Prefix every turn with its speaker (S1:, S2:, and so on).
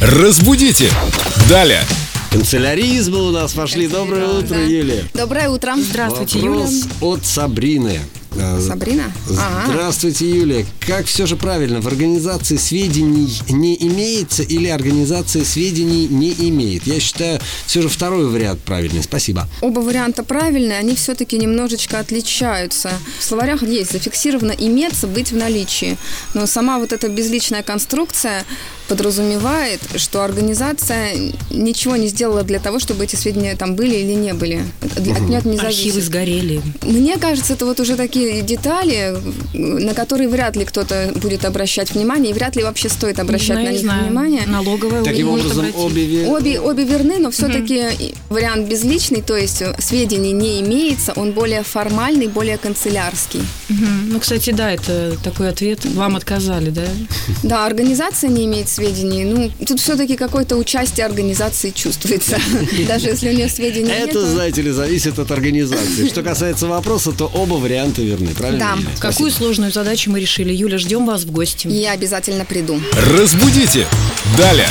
S1: Разбудите! Далее!
S2: Канцеляризм был у нас вошли. Доброе
S3: Да,
S2: утро,
S3: да.
S2: Юлия.
S3: Доброе утро.
S4: Здравствуйте, Юля.
S2: Вопрос от Сабрины. Э,
S3: Сабрина? Ага.
S2: Здравствуйте, Юлия. Как все же правильно, в организации сведений не имеется или организация сведений не имеет? Я считаю, все же второй вариант правильный. Спасибо.
S3: Оба варианта правильные, они все-таки немножечко отличаются. В словарях есть зафиксировано «иметься», «быть в наличии». Но сама вот эта безличная конструкция подразумевает, что организация ничего не сделала для того, чтобы эти сведения там были или не были. От от нее это не
S4: Архивы
S3: зависит.
S4: сгорели.
S3: Мне кажется, это вот уже такие детали, на которые вряд ли кто-то будет обращать внимание, и вряд ли вообще стоит обращать
S4: Ну, я
S3: на
S4: не
S3: них
S4: знаю.
S3: внимание.
S4: Налоговая
S2: Таким
S4: может
S2: образом,
S4: обратить.
S2: обе... ве-
S3: Обе, обе верны, но все-таки вариант безличный, то есть э, сведений не имеется, он более формальный, более канцелярский.
S4: Мгм. Ну, кстати, да, это такой ответ. Вам отказали, да?
S3: Да, организация не имеет сведений, ну, тут все-таки какое-то участие организации чувствуется, даже если у нее сведений нет.
S2: Это, знаете ли, зависит от организации. Что касается вопроса, то оба варианта верны, правильно?
S3: Да.
S2: Юлия?
S4: Какую сложную задачу мы решили? Юля, ждем вас в гости.
S3: Я обязательно приду.
S1: Разбудите! Далее!